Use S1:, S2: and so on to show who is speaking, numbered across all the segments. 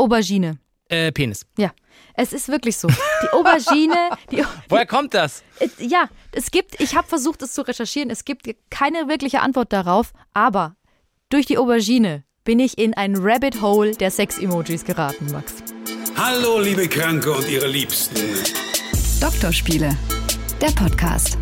S1: Aubergine.
S2: Äh, Penis.
S1: Ja, es ist wirklich so. Die Aubergine, die,
S2: Woher kommt das?
S1: es- ja, es gibt, ich habe versucht, es zu recherchieren, es gibt keine wirkliche Antwort darauf, aber durch die Aubergine bin ich in ein Rabbit Hole der Sex-Emojis geraten, Max.
S3: Hallo, liebe Kranke und ihre Liebsten.
S4: Doktorspiele, der Podcast.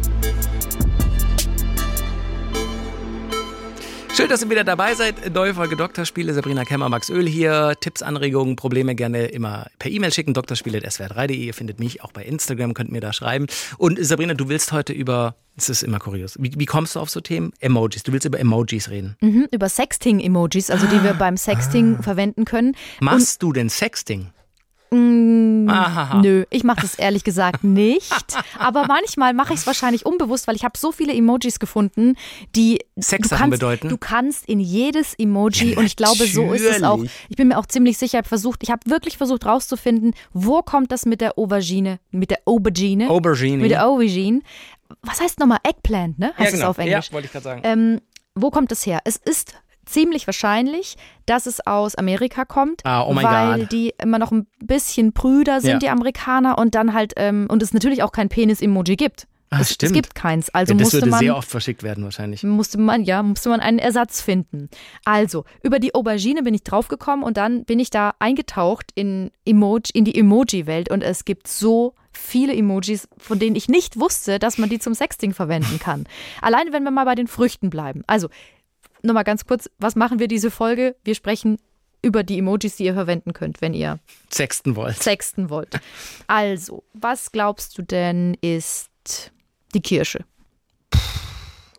S2: Schön, dass ihr wieder dabei seid. Neue Folge Doktorspiele. Sabrina Kemmer, Max Öl hier. Tipps, Anregungen, Probleme gerne immer per E-Mail schicken. Doktorspiele.swr3.de. Ihr findet mich auch bei Instagram, könnt mir da schreiben. Und Sabrina, du willst heute über, es ist immer kurios, wie, wie kommst du auf so Themen? Emojis. Du willst über Emojis reden.
S1: Mhm, über Sexting-Emojis, also die wir beim Sexting verwenden können.
S2: Machst du denn Sexting? Ahaha.
S1: Hm, Nö, ich mache das ehrlich gesagt nicht. Aber manchmal mache ich es wahrscheinlich unbewusst, weil ich habe so viele Emojis gefunden, die
S2: Sexsachen
S1: du kannst,
S2: bedeuten?
S1: Du kannst in jedes Emoji und ich glaube, so ist es auch.
S2: natürlich.
S1: Ich bin mir auch ziemlich sicher, ich habe versucht, ich habe wirklich versucht rauszufinden, wo kommt das mit der Aubergine, mit der Aubergine,
S2: Aubergine.
S1: mit der Aubergine. Was heißt nochmal Eggplant, ne? Heißt
S2: ja, genau.
S1: es auf Englisch?
S2: Ja, wollte ich gerade sagen.
S1: Ähm, wo kommt es her? Es ist ziemlich wahrscheinlich, dass es aus Amerika kommt,
S2: Ah, oh mein
S1: weil
S2: Gott.
S1: die immer noch ein bisschen brüder sind,
S2: Ja.
S1: die Amerikaner, und dann halt, ähm, und es natürlich auch kein Penis-Emoji gibt.
S2: Ah,
S1: es, es
S2: stimmt.
S1: gibt keins. Also
S2: ja, das
S1: musste
S2: würde
S1: man Mhm.
S2: sehr oft verschickt werden wahrscheinlich.
S1: musste man, ja, musste man einen Ersatz finden. Also, über die Aubergine bin ich draufgekommen und dann bin ich da eingetaucht in, Emoji, in die Emoji-Welt und es gibt so viele Emojis, von denen ich nicht wusste, dass man die zum Sexting verwenden kann. Alleine, wenn wir mal bei den Früchten bleiben. Also, nochmal ganz kurz, was machen wir diese Folge? Wir sprechen über die Emojis, die ihr verwenden könnt, wenn ihr
S2: Sexten wollt.
S1: sexten wollt. Also, was glaubst du denn ist die Kirsche?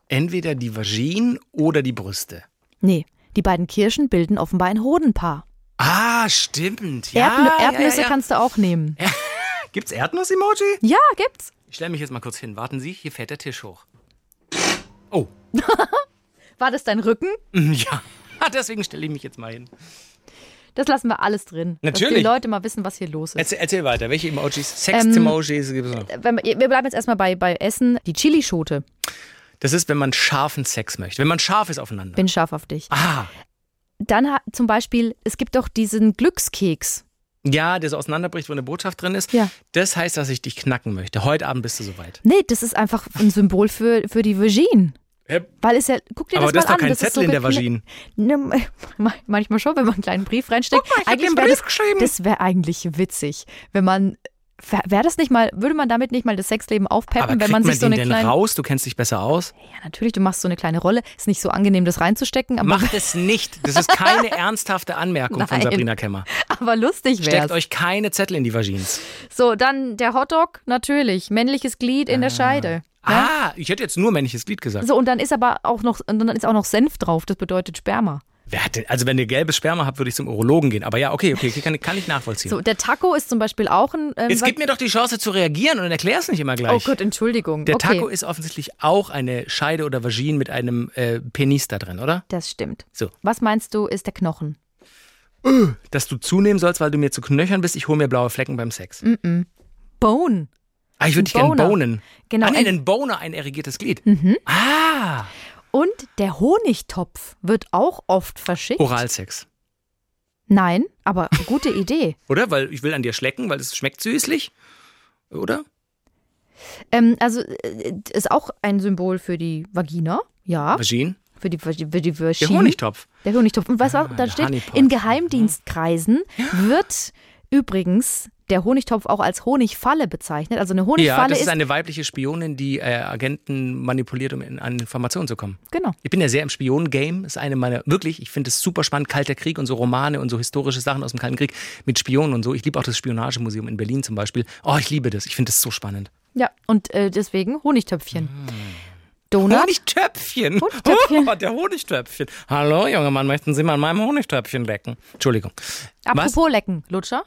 S2: Entweder die Vagin oder die Brüste.
S1: Nee, die beiden Kirschen bilden offenbar ein Hodenpaar.
S2: Ah, stimmt. Ja,
S1: Erdnü
S2: ja,
S1: Erdnüsse
S2: ja, ja.
S1: kannst du auch nehmen. Ja,
S2: Gibt's Erdnuss-Emoji?
S1: gibt's.
S2: Ich stelle mich jetzt mal kurz hin. Warten Sie, hier fährt der Tisch hoch. Oh,
S1: War das dein Rücken?
S2: ja. Ah, Deswegen stelle ich mich jetzt mal hin.
S1: Das lassen wir alles drin. Dass die
S2: Natürlich.
S1: Leute mal wissen, was hier los ist.
S2: Erzähl, erzähl weiter. Welche Emojis? Sext-Emojis gibt es noch.
S1: Wenn wir, wir bleiben jetzt erstmal bei, bei Essen. Die Chilischote.
S2: Das ist, wenn man scharfen Sex möchte. Wenn man scharf ist aufeinander.
S1: Bin scharf auf dich.
S2: ah,
S1: Dann ha- zum Beispiel, es gibt doch diesen Glückskeks.
S2: ja, der so auseinanderbricht, wo eine Botschaft drin ist.
S1: Ja.
S2: Das heißt, dass ich dich knacken möchte. Heute Abend bist du soweit.
S1: Nee, das ist einfach ein Symbol für, für die Vagine.
S2: Hä?
S1: Weil es ja, guck dir
S2: Aber
S1: das mal
S2: das ist doch
S1: an.
S2: kein
S1: das ist
S2: Zettel
S1: so
S2: in der
S1: gekne-
S2: Vagin.
S1: Ne, ma- manchmal schon, wenn man einen kleinen Brief reinsteckt.
S2: Guck mal, ich hab
S1: eigentlich
S2: den
S1: wäre
S2: Brief
S1: das,
S2: geschrieben.
S1: das wäre eigentlich witzig, wenn man wäre das nicht mal, würde man damit nicht mal das Sexleben
S2: Aber
S1: aufpeppen, wenn
S2: kriegt
S1: man
S2: man,
S1: sich so
S2: den
S1: eine
S2: denn
S1: kleine
S2: raus? Du kennst dich besser aus.
S1: Ja, natürlich, du machst so eine kleine Rolle, ist nicht so angenehm das reinzustecken, aber,
S2: Macht es nicht. Das ist keine ernsthafte Anmerkung von
S1: Nein.
S2: Sabrina Kemmer.
S1: aber lustig
S2: Steckt
S1: wäre.
S2: euch keine Zettel in die Vagins.
S1: So, dann der Hotdog, natürlich, männliches Glied in der Scheide. ne?
S2: Ah, ich hätte jetzt nur männliches Glied gesagt.
S1: So und dann ist aber auch noch und dann ist auch noch Senf drauf, das bedeutet Sperma.
S2: Wer hat denn, also wenn ihr gelbes Sperma habt, würde ich zum Urologen gehen. Aber ja, okay, okay, okay, kann, kann ich nachvollziehen.
S1: So, der Taco ist zum Beispiel auch ein ähm,
S2: Jetzt
S1: Sa-
S2: gib mir doch die Chance zu reagieren und dann erklär es nicht immer
S1: Oh
S2: gleich.
S1: Gott, Entschuldigung.
S2: Der
S1: okay.
S2: Taco ist offensichtlich auch eine Scheide oder Vagin mit einem äh, Penis da drin, oder?
S1: das stimmt.
S2: So.
S1: Was meinst du, ist der Knochen?
S2: Dass du zunehmen sollst, weil du mir zu knöchern bist, ich hole mir blaue Flecken beim Sex.
S1: Bone.
S2: Ah,
S1: Mm, Ein
S2: ich würde dich gerne
S1: Boner.
S2: bonen.
S1: Genau,
S2: Ah, nee,
S1: ein- Mhm.
S2: einen Boner, ein erregiertes Glied. Ah,
S1: Und der Honigtopf wird auch oft verschickt.
S2: Oralsex.
S1: Nein, aber gute Idee.
S2: Oder? Weil ich will an dir schlecken, weil es schmeckt süßlich. Oder?
S1: Ähm, also äh, ist auch ein Symbol für die Vagina. Ja,
S2: Vagin.
S1: für die, für die, für die
S2: Der
S1: Vagina.
S2: Honigtopf.
S1: Der Honigtopf. Und weißt du, was
S2: Ah,
S1: da
S2: der
S1: steht?
S2: Honeypot.
S1: In Geheimdienstkreisen wird übrigens der Honigtopf auch als Honigfalle bezeichnet. Also eine
S2: Ja,
S1: Honigfalle
S2: das ist eine weibliche Spionin, die äh, Agenten manipuliert, um in, an Informationen zu kommen.
S1: genau.
S2: Ich bin ja sehr im Spionen-Game. Ist eine meiner, wirklich, ich finde es super spannend. Kalter Krieg und so Romane und so historische Sachen aus dem Kalten Krieg mit Spionen und so. Ich liebe auch das Spionagemuseum in Berlin zum Beispiel. Oh, ich liebe das. Ich finde das so spannend.
S1: Ja, und äh, deswegen Honigtöpfchen.
S2: Ah.
S1: Donut.
S2: Honigtöpfchen.
S1: Honigtöpfchen.
S2: Oh, der Honigtöpfchen. Hallo, junger Mann, möchten Sie mal an meinem Honigtöpfchen lecken? Entschuldigung.
S1: Apropos Lecken, Lutscher.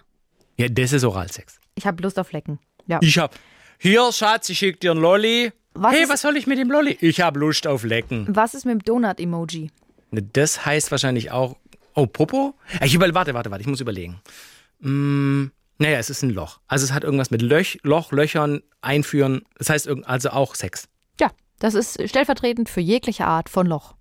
S2: Ja, das ist Oralsex.
S1: Ich habe Lust auf Lecken. Ja.
S2: Ich hab. Hier, Schatz, ich schick dir einen Lolli.
S1: Was
S2: hey,
S1: ist-
S2: was soll ich mit dem Lolli? Ich hab Lust auf Lecken.
S1: Was ist mit dem Donut-Emoji?
S2: Ne, Das heißt wahrscheinlich auch. Oh, Popo? Ich über, warte, warte, warte, ich muss überlegen. Mm, naja, es ist ein Loch. Also es hat irgendwas mit Löch, Loch, Löchern, Einführen. Das heißt irgend- also auch Sex.
S1: Ja, das ist stellvertretend für jegliche Art von Loch.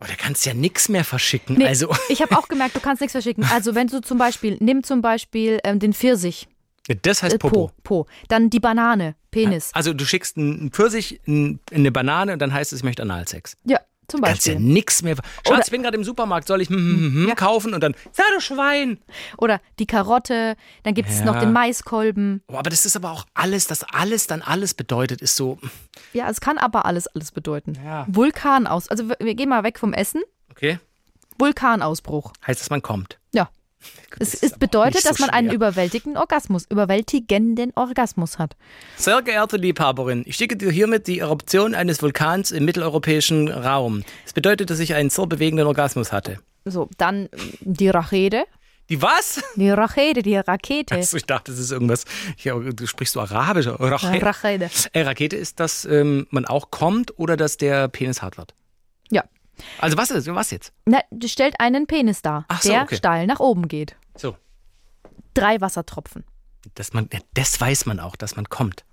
S2: Oh, da kannst du ja nichts mehr verschicken.
S1: Nee,
S2: Also,
S1: Ich habe auch gemerkt, du kannst nichts verschicken. Also wenn du zum Beispiel, nimm zum Beispiel ähm, den Pfirsich,
S2: ne, das heißt
S1: äh,
S2: Popo.
S1: Po, Po, dann die Banane, Penis.
S2: Also, du schickst einen Pfirsich, einen- eine Banane und dann heißt es, ich möchte Analsex.
S1: Ja, zum
S2: Kannst ja
S1: Beispiel.
S2: nichts mehr. Schatz,
S1: Oder-
S2: ich bin gerade im Supermarkt, soll ich hm, hm, hm, kaufen und dann, ja, du Schwein.
S1: Oder die Karotte, dann gibt es
S2: Ja.
S1: noch den Maiskolben.
S2: Oh, aber das ist aber auch alles, dass alles dann alles bedeutet, ist so,
S1: Ja, es kann aber alles, alles bedeuten.
S2: Ja.
S1: Vulkan aus. Also wir, wir gehen mal weg vom Essen.
S2: okay,
S1: Vulkanausbruch.
S2: heißt, dass man kommt.
S1: Ja.
S2: Das
S1: Es,
S2: ist
S1: es
S2: aber auch
S1: bedeutet,
S2: nicht so
S1: dass man einen
S2: schwer.
S1: überwältigenden Orgasmus, überwältigenden Orgasmus hat.
S2: Sehr geehrte Liebhaberin, ich schicke dir hiermit die Eruption eines Vulkans im mitteleuropäischen Raum. Es bedeutet, dass ich einen sehr bewegenden Orgasmus hatte.
S1: So, dann äh, die Rachete.
S2: Die was?
S1: Die Rachete, die Rakete.
S2: Also ich dachte, das ist irgendwas. Ich, aber du sprichst so arabisch. Rach
S1: Rachete.
S2: äh, Rakete ist, dass ähm, man auch kommt oder dass der Penis hart wird.
S1: Ja.
S2: Also was ist? Was jetzt?
S1: Na, das stellt einen Penis dar,
S2: Ach so,
S1: der
S2: okay.
S1: steil nach oben geht.
S2: So,
S1: Drei Wassertropfen.
S2: dass man, ja, das weiß man auch, dass man kommt.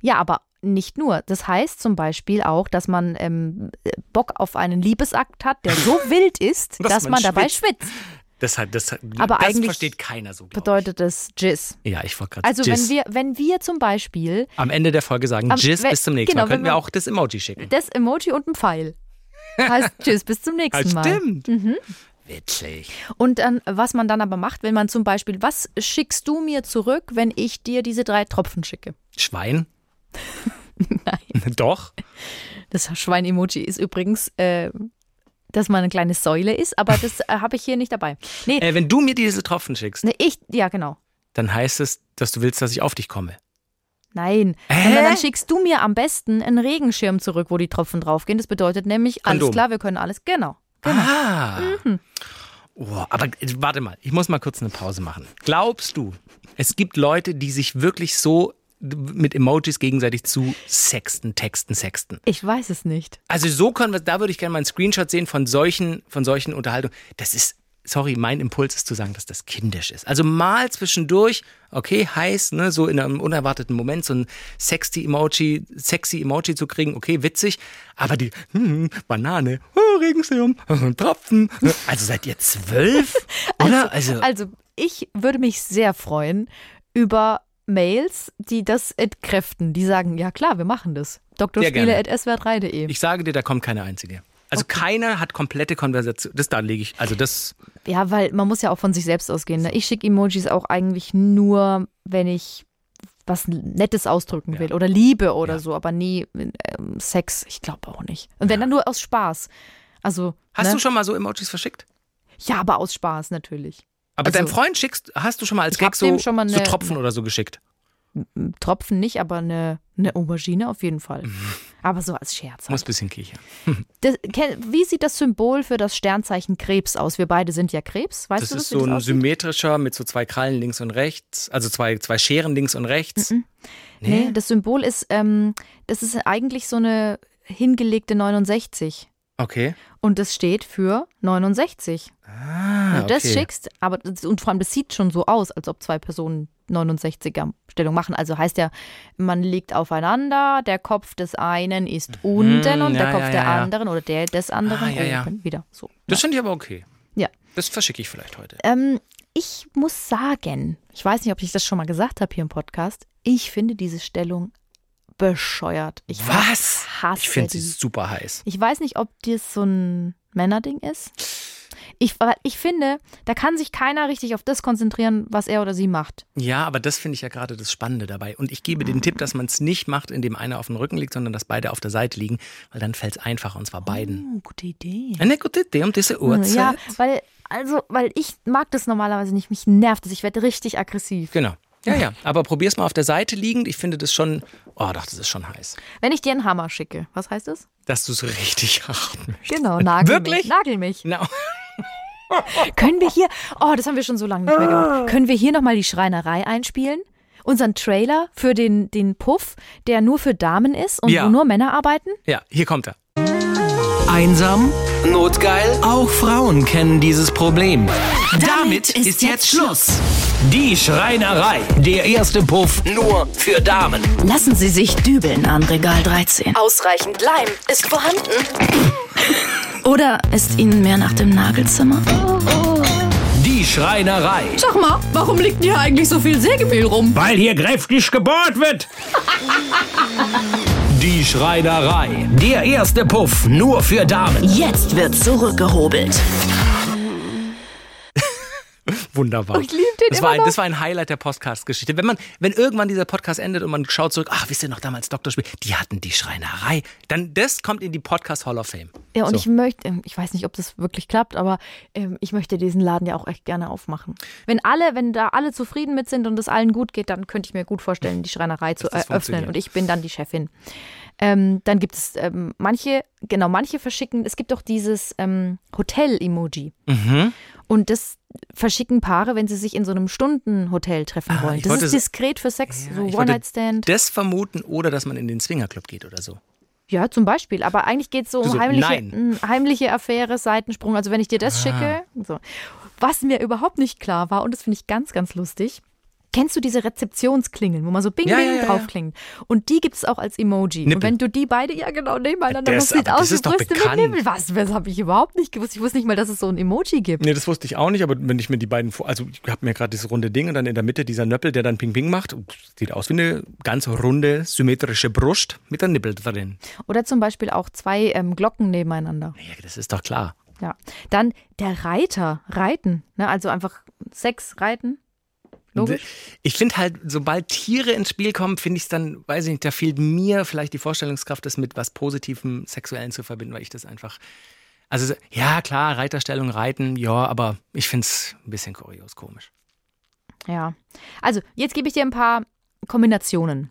S1: Ja, aber nicht nur. Das heißt zum Beispiel auch, dass man ähm, Bock auf einen Liebesakt hat, der so wild ist,
S2: Dass
S1: dass
S2: man
S1: man, dabei
S2: schwitzt.
S1: schwitzt.
S2: Das hat, das hat,
S1: Aber
S2: das
S1: eigentlich
S2: versteht keiner so. glaub
S1: Bedeutet es Jizz.
S2: Ich. Ja, ich wollte gerade.
S1: Also
S2: Jizz.
S1: wenn wir, wenn wir zum Beispiel
S2: am Ende der Folge sagen,
S1: Am-
S2: Jizz
S1: wenn-
S2: bis zum nächsten
S1: genau,
S2: Mal, könnten
S1: wenn
S2: wir
S1: man-
S2: auch das Emoji schicken.
S1: das Emoji und ein Pfeil. Heißt Tschüss, bis zum nächsten Mal.
S2: Halt, Ah,
S1: Mhm.
S2: Stimmt. Witzig.
S1: Und dann, was man dann aber macht, wenn man zum Beispiel, was schickst du mir zurück, wenn ich dir diese drei Tropfen schicke?
S2: Schwein? Nein. Doch.
S1: Das Schwein-Emoji ist übrigens, äh, dass man eine kleine Säule ist, aber das äh, habe ich hier nicht dabei. Nee,
S2: Äh, wenn du mir diese Tropfen schickst,
S1: nee, ich, ja genau.
S2: dann heißt es, dass du willst, dass ich auf dich komme.
S1: Nein, sondern dann schickst du mir am besten einen Regenschirm zurück, wo die Tropfen draufgehen. Das bedeutet nämlich,
S2: Kondom.
S1: alles klar, wir können alles, genau.
S2: Ah. Oh, aber äh, warte mal, ich muss mal kurz eine Pause machen. Glaubst du, es gibt Leute, die sich wirklich so mit Emojis gegenseitig zu sexten, texten, sexten?
S1: Ich weiß es nicht.
S2: Also so können wir, da würde ich gerne mal einen Screenshot sehen von solchen, von solchen Unterhaltungen. Das ist, sorry, mein Impuls ist zu sagen, dass das kindisch ist. Also mal zwischendurch, okay, heiß, ne, so in einem unerwarteten Moment so ein sexy Emoji, sexy Emoji zu kriegen, okay, witzig, aber die hm, Banane, oh, Regenschirm, Tropfen, also seid ihr zwölf, oder? Also,
S1: Also, ich würde mich sehr freuen über Mails, die das entkräften, die sagen, ja klar, wir machen das.
S2: gerne.
S1: Doktorspiele.swr3.de.
S2: ich sage dir, da kommt keine einzige. Also keiner hat komplette Konversation. Das da lege ich, also das
S1: Ja, weil man muss ja auch von sich selbst ausgehen. Ne? Ich schicke Emojis auch eigentlich nur, wenn ich was Nettes ausdrücken will oder Liebe oder
S2: Ja.
S1: so, aber nie ähm, Sex. Ich glaube auch nicht. Und wenn dann nur aus Spaß. Also
S2: Hast
S1: ne?
S2: du schon mal so Emojis verschickt?
S1: ja, aber aus Spaß natürlich.
S2: Aber
S1: Also-
S2: deinem Freund schickst, hast du schon mal als
S1: Ich hab
S2: Gag so,
S1: dem schon mal
S2: so
S1: eine-
S2: Tropfen oder so geschickt?
S1: Tropfen nicht, aber eine, eine Aubergine auf jeden Fall. Aber so als Scherz. halt.
S2: Muss ein bisschen kichern.
S1: Das, ken- wie sieht das Symbol für das Sternzeichen Krebs aus? Wir beide sind ja Krebs, weißt
S2: Das
S1: du das?
S2: ist
S1: wie
S2: so ein
S1: das aussieht?
S2: symmetrischer mit so zwei Krallen links und rechts, also zwei, zwei Scheren links und rechts.
S1: Mhm. nee, das Symbol ist, ähm, das ist eigentlich so eine hingelegte 69.
S2: Okay.
S1: Und das steht für 69.
S2: Ah,
S1: Wenn du das
S2: okay.
S1: schickst, aber das, und vor allem, das sieht schon so aus, als ob zwei Personen 69er Stellung machen. Also heißt ja, man liegt aufeinander, der Kopf des einen ist unten und
S2: Mhm. ja,
S1: der Kopf
S2: ja,
S1: der
S2: ja, ja.
S1: anderen oder der des anderen
S2: Ah, ja, ja.
S1: oben wieder. So.
S2: Das finde ich aber okay.
S1: Ja.
S2: Das verschicke ich vielleicht heute.
S1: Ähm, ich muss sagen, ich weiß nicht, ob ich das schon mal gesagt habe hier im Podcast, ich finde diese Stellung bescheuert. Ich
S2: Was?
S1: hasse
S2: Ich finde
S1: die.
S2: sie super heiß.
S1: Ich weiß nicht, ob das so ein Männerding ist. Ich, weil ich finde, da kann sich keiner richtig auf das konzentrieren, was er oder sie macht.
S2: Ja, aber das finde ich ja gerade das Spannende dabei. Und ich gebe den Tipp, dass man es nicht macht, indem einer auf dem Rücken liegt, sondern dass beide auf der Seite liegen, weil dann fällt es einfacher und zwar beiden.
S1: Hm, gute Idee.
S2: Eine gute Idee um diese Uhrzeit.
S1: Oh. Mhm, Ja, weil, also, weil ich mag das normalerweise nicht. Mich nervt es. Ich werde richtig aggressiv.
S2: Genau. Ja, ja. Aber probier's mal auf der Seite liegend. Ich finde das schon. Oh, doch, das ist schon heiß.
S1: Wenn ich dir einen Hammer schicke, was heißt das?
S2: Dass du es richtig hart möchtest.
S1: Genau, nagel
S2: Äh, Wirklich?
S1: mich. Nagel mich.
S2: Genau.
S1: Können wir hier, oh, das haben wir schon so lange nicht mehr
S2: Ah.
S1: gemacht. Können wir hier nochmal die Schreinerei einspielen? Unseren Trailer für den, den Puff, der nur für Damen ist und
S2: Ja.
S1: wo nur Männer arbeiten?
S2: Ja, hier kommt er.
S5: Einsam?
S6: Notgeil?
S5: Auch Frauen kennen dieses Problem. Damit ist jetzt Schluss. Die Schreinerei. Der erste Puff nur für Damen.
S7: Lassen Sie sich dübeln an Regal 13. Ausreichend Leim ist vorhanden.
S6: Oder ist Ihnen mehr nach dem Nagelzimmer?
S5: Die Schreinerei.
S6: Sag mal, warum liegt denn hier eigentlich so viel Sägemehl rum?
S5: Weil hier kräftig gebohrt wird. Die Schreinerei. Der erste Puff nur für Damen.
S6: Jetzt wird zurückgehobelt.
S2: Wunderbar.
S1: Oh, Ich lieb den
S2: das,
S1: immer
S2: war ein,
S1: noch.
S2: das war ein Highlight der Podcast-Geschichte. Wenn man, wenn irgendwann dieser Podcast endet und man schaut zurück, ach, wisst ihr noch damals Doktorspiel, die hatten die Schreinerei, dann das kommt in die Podcast Hall of Fame.
S1: Ja, und
S2: So.
S1: ich möchte, ähm, ich weiß nicht, ob das wirklich klappt, aber ähm, ich möchte diesen Laden ja auch echt gerne aufmachen. Wenn alle, wenn da alle zufrieden mit sind und es allen gut geht, dann könnte ich mir gut vorstellen, die Schreinerei zu
S2: das
S1: eröffnen
S2: funktioniert.
S1: und ich bin dann die Chefin. Ähm, dann gibt es ähm, manche, genau, manche verschicken, es gibt doch dieses ähm, Hotel-Emoji.
S2: Mhm.
S1: Und das verschicken Paare, wenn sie sich in so einem Stundenhotel treffen wollen.
S2: Ah, ich
S1: Das
S2: wollte
S1: ist
S2: so-
S1: diskret für Sex, so
S2: Ich wollte
S1: One-Night-Stand.
S2: Das vermuten oder dass man in den Swingerclub geht oder so.
S1: Ja, zum Beispiel. Aber eigentlich geht es so um
S2: So,
S1: heimliche,
S2: nein. Ah.
S1: m, heimliche Affäre, Seitensprung. Also wenn ich dir das schicke. So. Was mir überhaupt nicht klar war, und das finde ich ganz, ganz lustig. Kennst du diese Rezeptionsklingeln, wo man so Bing
S2: Ja,
S1: Bing
S2: ja, ja, ja.
S1: draufklingt? Und die gibt es auch als Emoji.
S2: Nippel.
S1: Und wenn du die beide, ja genau, nebeneinander,
S2: Ja,
S1: das,
S2: das-
S1: sieht
S2: aber
S1: aus
S2: das
S1: wie
S2: ist doch
S1: Brüste mit
S2: bekannt.
S1: Nippel. Was? Das habe ich überhaupt nicht gewusst. Ich wusste nicht mal, dass es so ein Emoji gibt.
S2: Nee, das wusste ich auch nicht, aber wenn ich mir die beiden vor. Also, ich habe mir gerade dieses runde Ding und dann in der Mitte dieser Nöppel, der dann Ping-Ping macht. Sieht aus wie eine ganz runde, symmetrische Brust mit der Nippel drin.
S1: Oder zum Beispiel auch zwei ähm, Glocken nebeneinander.
S2: Ja, das ist doch klar.
S1: Ja. Dann der Reiter, Reiten. Ne? Also einfach Sex, Reiten. Logisch.
S2: Ich finde halt, sobald Tiere ins Spiel kommen, finde ich es dann, weiß ich nicht, da fehlt mir vielleicht die Vorstellungskraft, das mit was Positivem Sexuellen zu verbinden, weil ich das einfach. Also, so- ja, klar, Reiterstellung, Reiten, ja, aber ich finde es ein bisschen kurios, komisch.
S1: Ja. Also, jetzt gebe ich dir ein paar Kombinationen.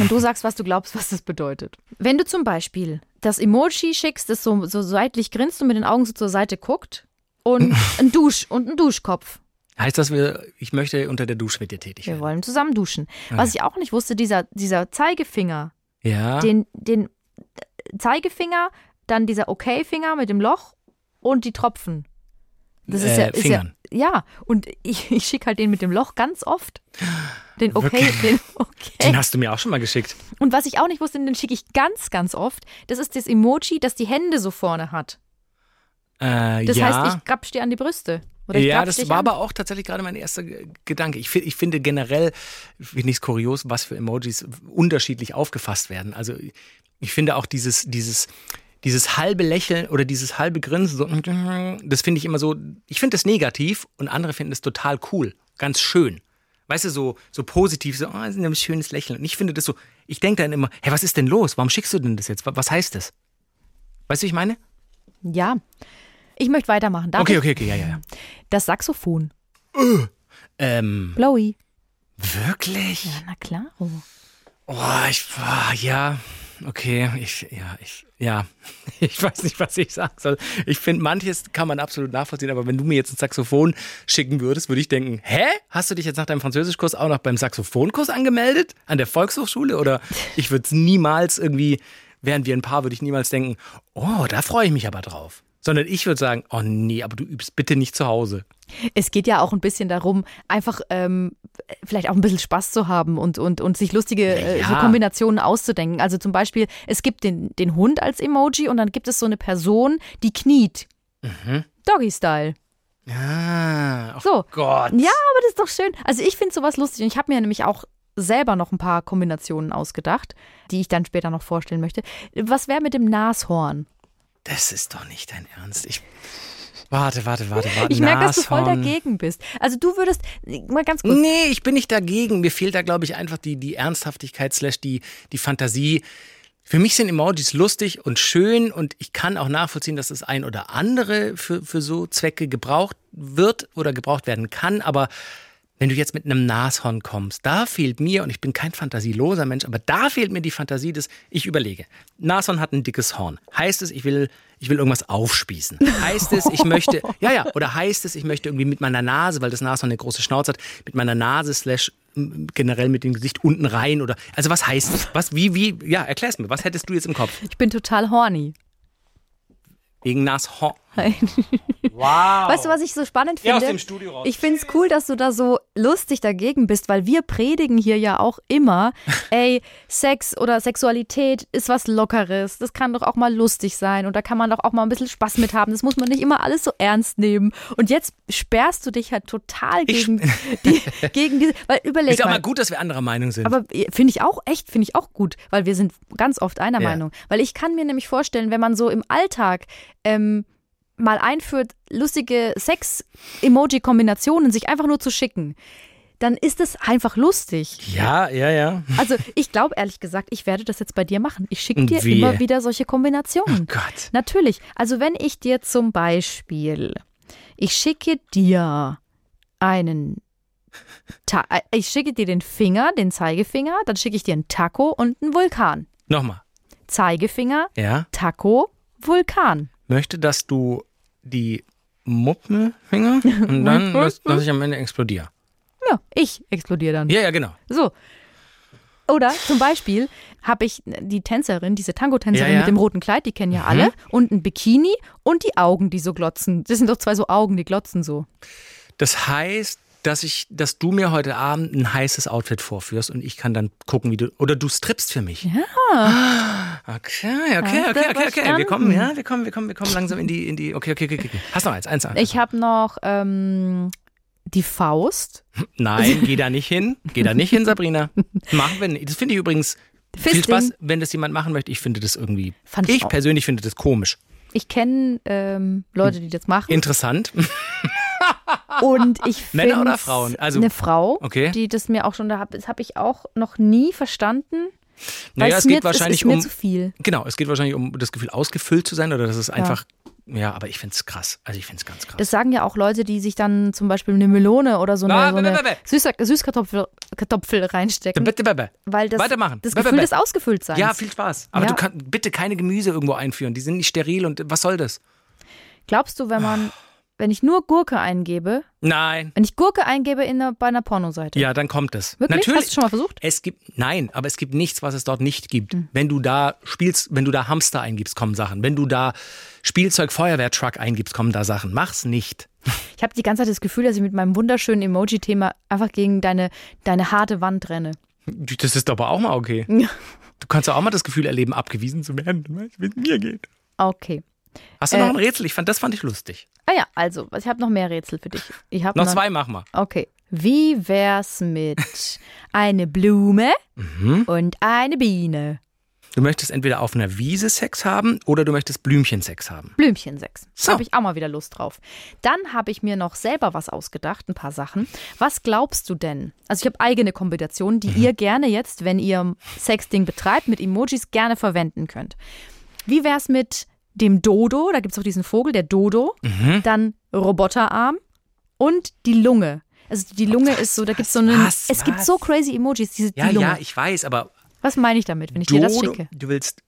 S1: Und du sagst, was du glaubst, was das bedeutet. Wenn du zum Beispiel das Emoji schickst, das so, so seitlich grinst und mit den Augen so zur Seite guckt und ein Dusch und ein Duschkopf.
S2: Heißt das, wir, ich möchte unter der Dusche mit dir tätig
S1: Wir
S2: werden?
S1: wollen zusammen duschen. Was ich auch nicht wusste, dieser, dieser Zeigefinger,
S2: Ja.
S1: den, den Zeigefinger, dann dieser Okay-Finger mit dem Loch und die Tropfen. Das ist
S2: Äh,
S1: ja, ist ja,
S2: Fingern.
S1: ja, und ich, ich schicke halt den mit dem Loch ganz oft. Den okay,
S2: Wirklich?
S1: den okay.
S2: Den hast du mir auch schon mal geschickt.
S1: Und was ich auch nicht wusste, den schicke ich ganz, ganz oft, das ist das Emoji, das die Hände so vorne hat.
S2: Äh,
S1: Das
S2: ja.
S1: heißt, ich grapsch dir an die Brüste. Oder ich
S2: ja,
S1: grapsch
S2: das
S1: dich
S2: war
S1: an.
S2: aber auch tatsächlich gerade mein erster Ge- Gedanke. Ich, fi- ich finde generell, finde ich es kurios, was für Emojis unterschiedlich aufgefasst werden. Also ich finde auch dieses, dieses, dieses halbe Lächeln oder dieses halbe Grinsen, so, mhm, das finde ich immer so, ich finde das negativ und andere finden es total cool, ganz schön. Weißt du, so, so positiv, so, oh, das ist ein schönes Lächeln. Und ich finde das so, ich denke dann immer, hey, was ist denn los? Warum schickst du denn das jetzt? Wa- Was heißt das? Weißt du, wie ich meine?
S1: Ja. Ich möchte weitermachen. Darf
S2: Okay,
S1: ich?
S2: okay, okay, ja, ja, ja.
S1: Das Saxophon.
S2: Ähm,
S1: Blowy.
S2: wirklich?
S1: Ja, na klar.
S2: Boah, ich ah, ja, okay, ich ja, ich ja, ich weiß nicht, was ich sagen soll. Ich finde manches kann man absolut nachvollziehen, aber wenn du mir jetzt ein Saxophon schicken würdest, würde ich denken, hä? Hast du dich jetzt nach deinem Französischkurs auch noch beim Saxophonkurs angemeldet an der Volkshochschule oder ich würde es niemals irgendwie wären wir ein Paar, würde ich niemals denken, oh, da freue ich mich aber drauf. Sondern ich würde sagen, oh nee, aber du übst bitte nicht zu Hause.
S1: Es geht ja auch ein bisschen darum, einfach ähm, vielleicht auch ein bisschen Spaß zu haben und, und, und sich lustige äh,
S2: Ja,
S1: so
S2: ja.
S1: Kombinationen auszudenken. Also zum Beispiel, es gibt den, den Hund als Emoji und dann gibt es so eine Person, die kniet.
S2: Mhm.
S1: Doggy-Style.
S2: Ah, oh
S1: So.
S2: Gott.
S1: Ja, aber das ist doch schön. Also ich finde sowas lustig und ich habe mir nämlich auch selber noch ein paar Kombinationen ausgedacht, die ich dann später noch vorstellen möchte. Was wäre mit dem Nashorn?
S2: Das ist doch nicht dein Ernst. Ich warte, warte, warte, warte.
S1: Ich merke, dass du voll
S2: Nashorn. Mhm.
S1: dagegen bist. Also du würdest, mal ganz kurz,
S2: Nee, ich bin nicht dagegen. Mir fehlt da, glaube ich, einfach die, die Ernsthaftigkeit slash die, die Fantasie. Für mich sind Emojis lustig und schön und ich kann auch nachvollziehen, dass das ein oder andere für, für so Zwecke gebraucht wird oder gebraucht werden kann. Aber wenn du jetzt mit einem Nashorn kommst, da fehlt mir, und ich bin kein fantasieloser Mensch, aber da fehlt mir die Fantasie, dass ich überlege. Nashorn hat ein dickes Horn. Heißt es, ich will, ich will irgendwas aufspießen? Heißt es, ich möchte, ja, ja, oder heißt es, ich möchte irgendwie mit meiner Nase, weil das Nashorn eine große Schnauze hat, mit meiner Nase slash m, generell mit dem Gesicht unten rein oder, also was heißt es? Was, wie, wie, ja, erklär's mir, was hättest du jetzt im Kopf?
S1: ich bin total horny.
S2: Wegen Nashorn.
S1: Hi.
S7: Wow.
S1: Weißt du, was ich so spannend
S7: Ja,
S1: finde?
S7: aus dem Studio raus.
S1: Ich finde es cool, dass du da so lustig dagegen bist, weil wir predigen hier ja auch immer, ey, Sex oder Sexualität ist was Lockeres. Das kann doch auch mal lustig sein und da kann man doch auch mal ein bisschen Spaß mit haben. Das muss man nicht immer alles so ernst nehmen. Und jetzt sperrst du dich halt total
S2: Ich-
S1: gegen, die, gegen diese. Weil überleg
S2: Ist auch
S1: mal.
S2: mal gut, dass wir anderer Meinung sind.
S1: Aber äh, finde ich auch echt, finde ich auch gut, weil wir sind ganz oft einer
S2: Ja.
S1: Meinung. Weil ich kann mir nämlich vorstellen, wenn man so im Alltag ähm, mal einführt, lustige Sex-Emoji-Kombinationen sich einfach nur zu schicken, dann ist es einfach lustig.
S2: ja, ja, ja.
S1: Also ich glaube ehrlich gesagt, ich werde das jetzt bei dir machen. Ich schicke dir
S2: Wie?
S1: immer wieder solche Kombinationen.
S2: Gott.
S1: Natürlich. Also wenn ich dir zum Beispiel, ich schicke dir einen, Ta äh, ich schicke dir den Finger, den Zeigefinger, dann schicke ich dir einen Taco und einen Vulkan.
S2: Nochmal.
S1: Zeigefinger,
S2: Ja.
S1: Taco, Vulkan.
S2: Möchte, dass du die Muppenfinger und dann, dass, dass ich am Ende explodiere.
S1: Ja, ich explodiere dann.
S2: Ja, ja, genau.
S1: So. Oder zum Beispiel habe ich die Tänzerin, diese Tango-Tänzerin
S2: Ja, Mhm. ja.
S1: mit dem roten Kleid, die kennen ja alle, und ein Bikini und die Augen, die so glotzen. Das sind doch zwei so Augen, die glotzen so.
S2: Das heißt, dass ich, dass du mir heute Abend ein heißes Outfit vorführst und ich kann dann gucken, wie du oder du strippst für mich. Ja. Okay,
S1: Hast du
S2: okay, okay, okay, okay.
S1: verstanden?
S2: Wir kommen, ja, wir kommen, wir kommen, wir kommen langsam in die, in die. Okay, okay, okay, okay. Hast noch eins, eins, eins.
S1: Ich habe noch ähm, die Faust.
S2: Nein, geh da nicht hin. Geh da nicht hin, Sabrina. Machen wir nicht. Das finde ich übrigens
S1: Fisting.
S2: viel Spaß, wenn das jemand machen möchte. Ich finde das irgendwie.
S1: Fand ich
S2: ich
S1: auch.
S2: persönlich finde das komisch.
S1: Ich kenne ähm, Leute, die das machen.
S2: Interessant.
S1: und ich
S2: Männer
S1: find's
S2: oder Frauen? Also-
S1: eine Frau,
S2: Okay.
S1: die das mir auch schon da hab, das habe ich auch noch nie verstanden. weil
S2: Naja, es
S1: mir,
S2: geht wahrscheinlich
S1: ist mir
S2: um.
S1: zu viel.
S2: Genau, es geht wahrscheinlich um das Gefühl, ausgefüllt zu sein oder dass es einfach. Ja, aber ich finde es krass. Also ich finde es ganz krass.
S1: Das sagen ja auch Leute, die sich dann zum Beispiel eine Melone oder so eine,
S2: Ah,
S1: so
S2: bäh,
S1: eine
S2: bäh, bäh.
S1: Süßer, Süßkartoffel Kartoffel reinstecken,
S2: Äh, Bitte, bitte.
S1: weil das
S2: Weitermachen.
S1: das
S2: Bäh, bäh,
S1: Gefühl
S2: bäh.
S1: des Ausgefülltseins.
S2: Ja, viel Spaß. Aber
S1: Ja.
S2: du kannst bitte keine Gemüse irgendwo einführen. Die sind nicht steril und was soll das?
S1: Glaubst du, wenn man wenn ich nur Gurke eingebe,
S2: Nein.
S1: wenn ich Gurke eingebe in einer, bei einer Pornoseite?
S2: Ja, dann kommt es.
S1: Wirklich?
S2: Natürlich.
S1: Hast du schon mal versucht? Hm.
S2: Es gibt nein, aber es gibt nichts, was es dort nicht gibt. Wenn du da spielst, wenn du da Hamster eingibst, kommen Sachen. Wenn du da Spielzeug Feuerwehrtruck eingibst, kommen da Sachen. Mach's nicht.
S1: Ich habe die ganze Zeit das Gefühl, dass ich mit meinem wunderschönen Emoji-Thema einfach gegen deine, deine harte Wand renne.
S2: Das ist aber auch mal okay. Du kannst ja auch mal das Gefühl erleben, abgewiesen zu werden, wie es mir geht.
S1: Okay.
S2: Hast du
S1: Äh.
S2: noch ein Rätsel? Ich fand das fand ich lustig.
S1: Ah ja, also, ich habe noch mehr Rätsel für dich. Ich hab
S2: Noch zwei mach mal.
S1: Okay. Wie wär's mit eine Blume
S2: Mhm.
S1: und eine Biene?
S2: Du möchtest entweder auf einer Wiese Sex haben oder du möchtest Blümchensex haben.
S1: Blümchen sechs.
S2: So.
S1: Habe ich auch mal wieder Lust drauf. Dann habe ich mir noch selber was ausgedacht, ein paar Sachen. Was glaubst du denn? Also ich habe eigene Kombinationen, die
S2: Mhm.
S1: ihr gerne jetzt, wenn ihr Sexting betreibt, mit Emojis gerne verwenden könnt. Wie wär's mit dem Dodo? Da gibt's auch diesen Vogel, der Dodo.
S2: Mhm.
S1: Dann Roboterarm und die Lunge. Also die Lunge ist so, da gibt's so einen.
S2: was,
S1: es gibt
S2: was?
S1: so crazy Emojis, diese
S2: Ja,
S1: die Lunge.
S2: ja, ich weiß, aber
S1: was meine ich damit, wenn ich dir das
S2: Dodo-
S1: schicke?
S2: du willst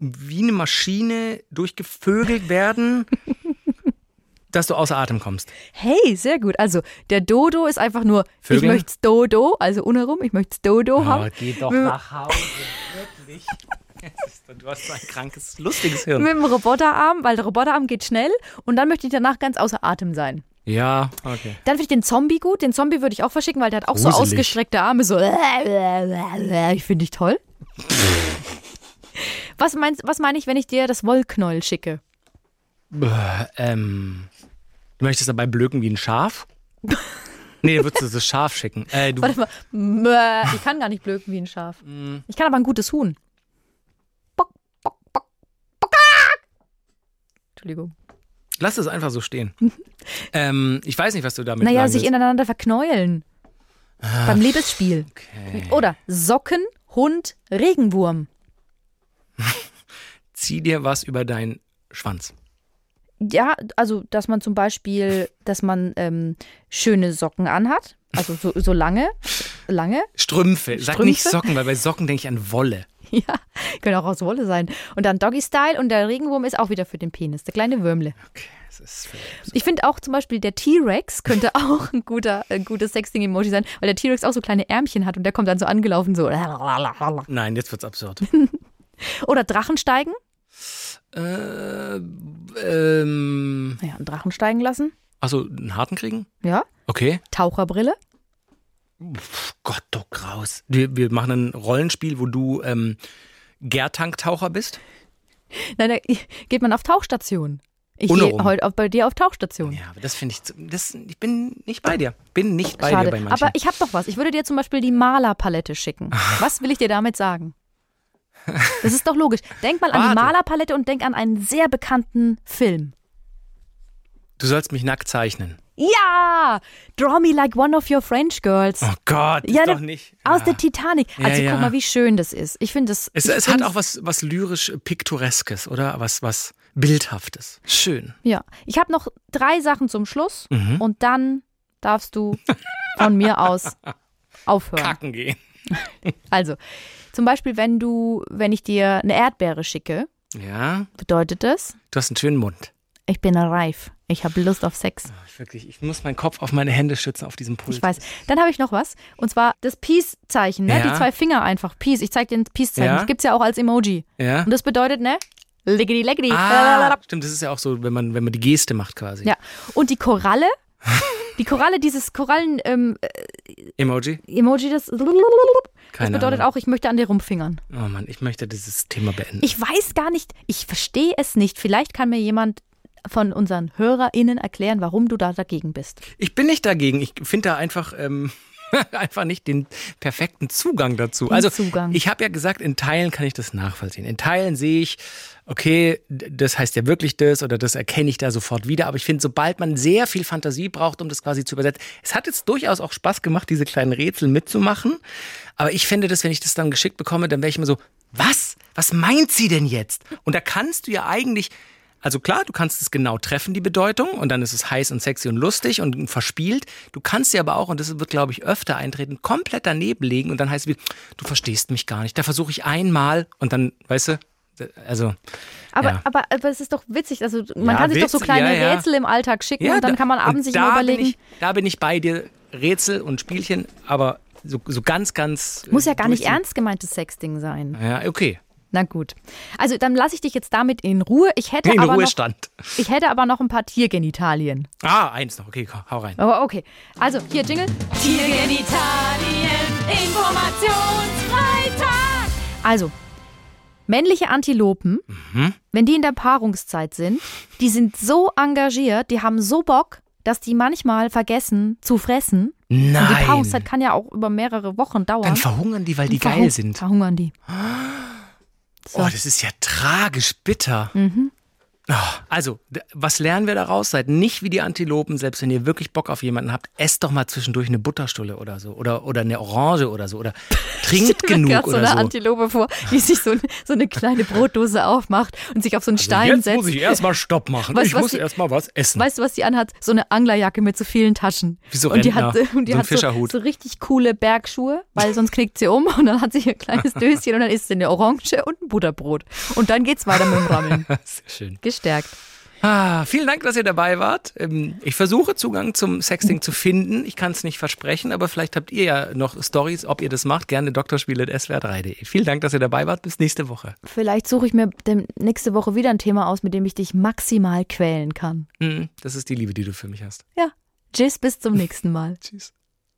S2: wie eine Maschine durchgevögelt werden, dass du außer Atem kommst.
S1: Hey, sehr gut. Also der Dodo ist einfach nur,
S2: Vögel? Ah,
S1: ich möcht's Dodo, also ohne rum, ich möcht's Dodo haben.
S2: geh doch nach Hause, wirklich. Du hast so ein krankes, lustiges Hirn.
S1: Mit dem Roboterarm, weil der Roboterarm geht schnell und dann möchte ich danach ganz außer Atem sein.
S2: Ja, okay.
S1: Dann finde ich den Zombie gut. Den Zombie würde ich auch verschicken, weil der hat auch so
S2: Gruselig.
S1: ausgestreckte Arme, so. Ich finde dich toll. Was meinst, was meine ich, wenn ich dir das Wollknäuel schicke?
S2: Ähm, du möchtest dabei blöken wie ein Schaf? Nee, dann würdest du das Schaf schicken. Äh, du,
S1: Warte mal. Ich kann gar nicht blöken wie ein Schaf.
S2: Mm.
S1: Ich kann aber ein gutes Huhn. Bock, bock, bock, bock. Entschuldigung.
S2: lass es einfach so stehen. Ähm, ich weiß nicht, was du damit
S1: Mhm. Naja,
S2: sagen
S1: sich
S2: willst.
S1: ineinander verknäueln. Beim Liebesspiel. Oder Socken, Hund, Regenwurm.
S2: Zieh dir was über deinen Schwanz.
S1: Ja, also, dass man zum Beispiel, dass man ähm, schöne Socken anhat. Also so, so lange, lange.
S2: Strümpfe. Sag
S1: Strümpfe?
S2: nicht Socken, weil bei Socken denke ich an Wolle.
S1: Ja, können auch aus Wolle sein. Und dann Doggy-Style und der Regenwurm ist auch wieder für den Penis, der kleine Würmle.
S2: Okay, es ist
S1: Ich finde auch zum Beispiel der T-Rex könnte auch ein, guter, ein gutes Sexting-Emoji sein, weil der T-Rex auch so kleine Ärmchen hat und der kommt dann so angelaufen so.
S2: Nein, jetzt wird's absurd.
S1: Oder Drachensteigen.
S2: Äh, ähm,
S1: Ja, einen Drachen steigen lassen.
S2: also einen harten kriegen?
S1: Ja.
S2: Okay.
S1: Taucherbrille.
S2: Gott, du Graus. Wir, wir machen ein Rollenspiel, wo du ähm, Gärtanktaucher bist.
S1: Nein, da geht man auf Tauchstationen. Ich
S2: Ohne
S1: gehe
S2: rum.
S1: heute auf, bei dir auf Tauchstation.
S2: Ja, aber das finde ich, zu- das, ich bin nicht bei dir. Bin nicht bei dir bei
S1: Schade.
S2: manchen. Ah.
S1: Aber ich habe doch was. Ich würde dir zum Beispiel die Malerpalette schicken. Was will ich dir damit sagen? Das ist doch logisch. Denk mal an
S2: Warte.
S1: die Malerpalette und denk an einen sehr bekannten Film.
S2: du sollst mich nackt zeichnen.
S1: Ja! Draw me like one of your French girls.
S2: Oh Gott,
S1: ja,
S2: ist doch
S1: ne-
S2: nicht.
S1: Aus
S2: ja.
S1: der Titanic. Also
S2: ja.
S1: guck mal, wie schön das ist. Ich finde das.
S2: Es,
S1: ich
S2: es hat
S1: find's-
S2: auch was, was lyrisch Piktoreskes, oder? Was, was Bildhaftes. Schön.
S1: Ja. Ich habe noch drei Sachen zum Schluss
S2: Mhm.
S1: und dann darfst du von mir aus aufhören.
S2: Kacken gehen.
S1: Also, zum Beispiel, wenn du, wenn ich dir eine Erdbeere schicke,
S2: Ja,
S1: bedeutet das,
S2: du hast einen schönen Mund.
S1: ich bin reif. Ich habe Lust auf Sex.
S2: Ich, wirklich, ich muss meinen Kopf auf meine Hände schützen, auf diesem Pult.
S1: Ich weiß. Dann habe ich noch was. Und zwar das Peace-Zeichen, ne?
S2: Ja.
S1: Die zwei Finger einfach. Peace. Ich zeige dir ein Peace-Zeichen.
S2: Ja.
S1: Das gibt es ja auch als Emoji.
S2: Ja.
S1: Und das bedeutet, ne? Liggity, liggity.
S2: Ah,
S1: Lalalala.
S2: stimmt, das ist ja auch so, wenn man, wenn man die Geste macht quasi.
S1: Ja. Und die Koralle. Die Koralle, dieses ähm, Korallen-Emoji,
S2: Emoji?
S1: das, das
S2: Keine
S1: bedeutet
S2: Ahnung.
S1: auch, ich möchte an dir rumfingern.
S2: Oh Mann, ich möchte dieses Thema beenden.
S1: Ich weiß gar nicht, ich verstehe es nicht. Vielleicht kann mir jemand von unseren HörerInnen erklären, warum du da dagegen bist.
S2: Ich bin nicht dagegen. Ich finde da einfach, ähm, einfach nicht den perfekten Zugang dazu. also
S1: Zugang.
S2: ich habe ja gesagt, in Teilen kann ich das nachvollziehen. In Teilen sehe ich, okay, d- das heißt ja wirklich das oder das erkenne ich da sofort wieder. Aber ich finde, sobald man sehr viel Fantasie braucht, um das quasi zu übersetzen, es hat jetzt durchaus auch Spaß gemacht, diese kleinen Rätsel mitzumachen. Aber ich finde, dass wenn ich das dann geschickt bekomme, dann wäre ich immer so, was? Was meint sie denn jetzt? Und da kannst du ja eigentlich also klar, du kannst es genau treffen, die Bedeutung, und dann ist es heiß und sexy und lustig und verspielt. Du kannst sie aber auch, und das wird, glaube ich, öfter eintreten, komplett daneben legen und dann heißt es wieder, du verstehst mich gar nicht. Da versuche ich einmal und dann, weißt du, also,
S1: Aber,
S2: Ja.
S1: aber, aber es ist doch witzig. Also man
S2: Ja,
S1: kann sich doch so
S2: witzig,
S1: kleine
S2: ja, ja.
S1: Rätsel im Alltag schicken und dann
S2: da-
S1: kann man abends sich
S2: und
S1: immer
S2: da
S1: überlegen.
S2: Bin ich, da bin ich bei dir, Rätsel und Spielchen, aber so, so ganz, ganz. äh,
S1: muss ja gar nicht
S2: durchziehen.
S1: ernst gemeintes Sexding sein.
S2: Ja, okay.
S1: Na gut. Also dann lasse ich dich jetzt damit in Ruhe. Ich hätte,
S2: In
S1: aber noch,
S2: Ruhestand.
S1: ich hätte aber noch ein paar Tiergenitalien.
S2: Ah, eins noch. Okay, komm, hau rein.
S1: Aber okay. Also hier Jingle.
S7: Tiergenitalien, Informationsfreitag.
S1: Also, männliche Antilopen,
S2: Mhm.
S1: wenn die in der Paarungszeit sind, die sind so engagiert, die haben so Bock, dass die manchmal vergessen zu fressen. Und die Paarungszeit
S2: Nein.
S1: kann ja auch über mehrere Wochen dauern.
S2: Dann verhungern die, weil die
S1: Verhu-
S2: geil sind.
S1: Verhungern die. So.
S2: Oh, das ist ja tragisch bitter. Oh, Also, d- was lernen wir daraus? Seid nicht wie die Antilopen, selbst wenn ihr wirklich Bock auf jemanden habt, esst doch mal zwischendurch eine Butterstulle oder so. Oder, oder eine Orange oder so. Oder trinkt genug
S1: so eine
S2: oder so.
S1: Antilope vor, die sich so, so eine kleine Brotdose aufmacht und sich auf
S2: Also
S1: so einen Stein setzt.
S2: erstmal Stopp machen.
S1: Weißt du, was die-
S2: erstmal was essen.
S1: Weißt du, was die anhat? So eine Anglerjacke mit so vielen Taschen.
S2: Wie so
S1: und die
S2: Rentner.
S1: hat, und die
S2: So ein
S1: hat so,
S2: Fischerhut.
S1: so richtig coole Bergschuhe, weil sonst knickt sie um und dann hat sie ihr kleines Döschen und dann isst sie eine Orange und ein Butterbrot. Und dann geht's weiter mit dem Rammeln.
S2: Sehr schön.
S1: Gestärkt.
S2: Ah, vielen Dank, dass ihr dabei wart. Ähm, Ich versuche Zugang zum Sexting zu finden. Ich kann es nicht versprechen, aber vielleicht habt ihr ja noch Stories, ob ihr das macht. Gerne drspiele.swr3.de. Vielen Dank, dass ihr dabei wart. Bis nächste Woche.
S1: Vielleicht suche ich mir dem, nächste Woche wieder ein Thema aus, mit dem ich dich maximal quälen kann.
S2: Mhm, Das ist Hm. die Liebe, die du für mich hast.
S1: Ja. Tschüss, bis zum nächsten Mal.
S2: Tschüss.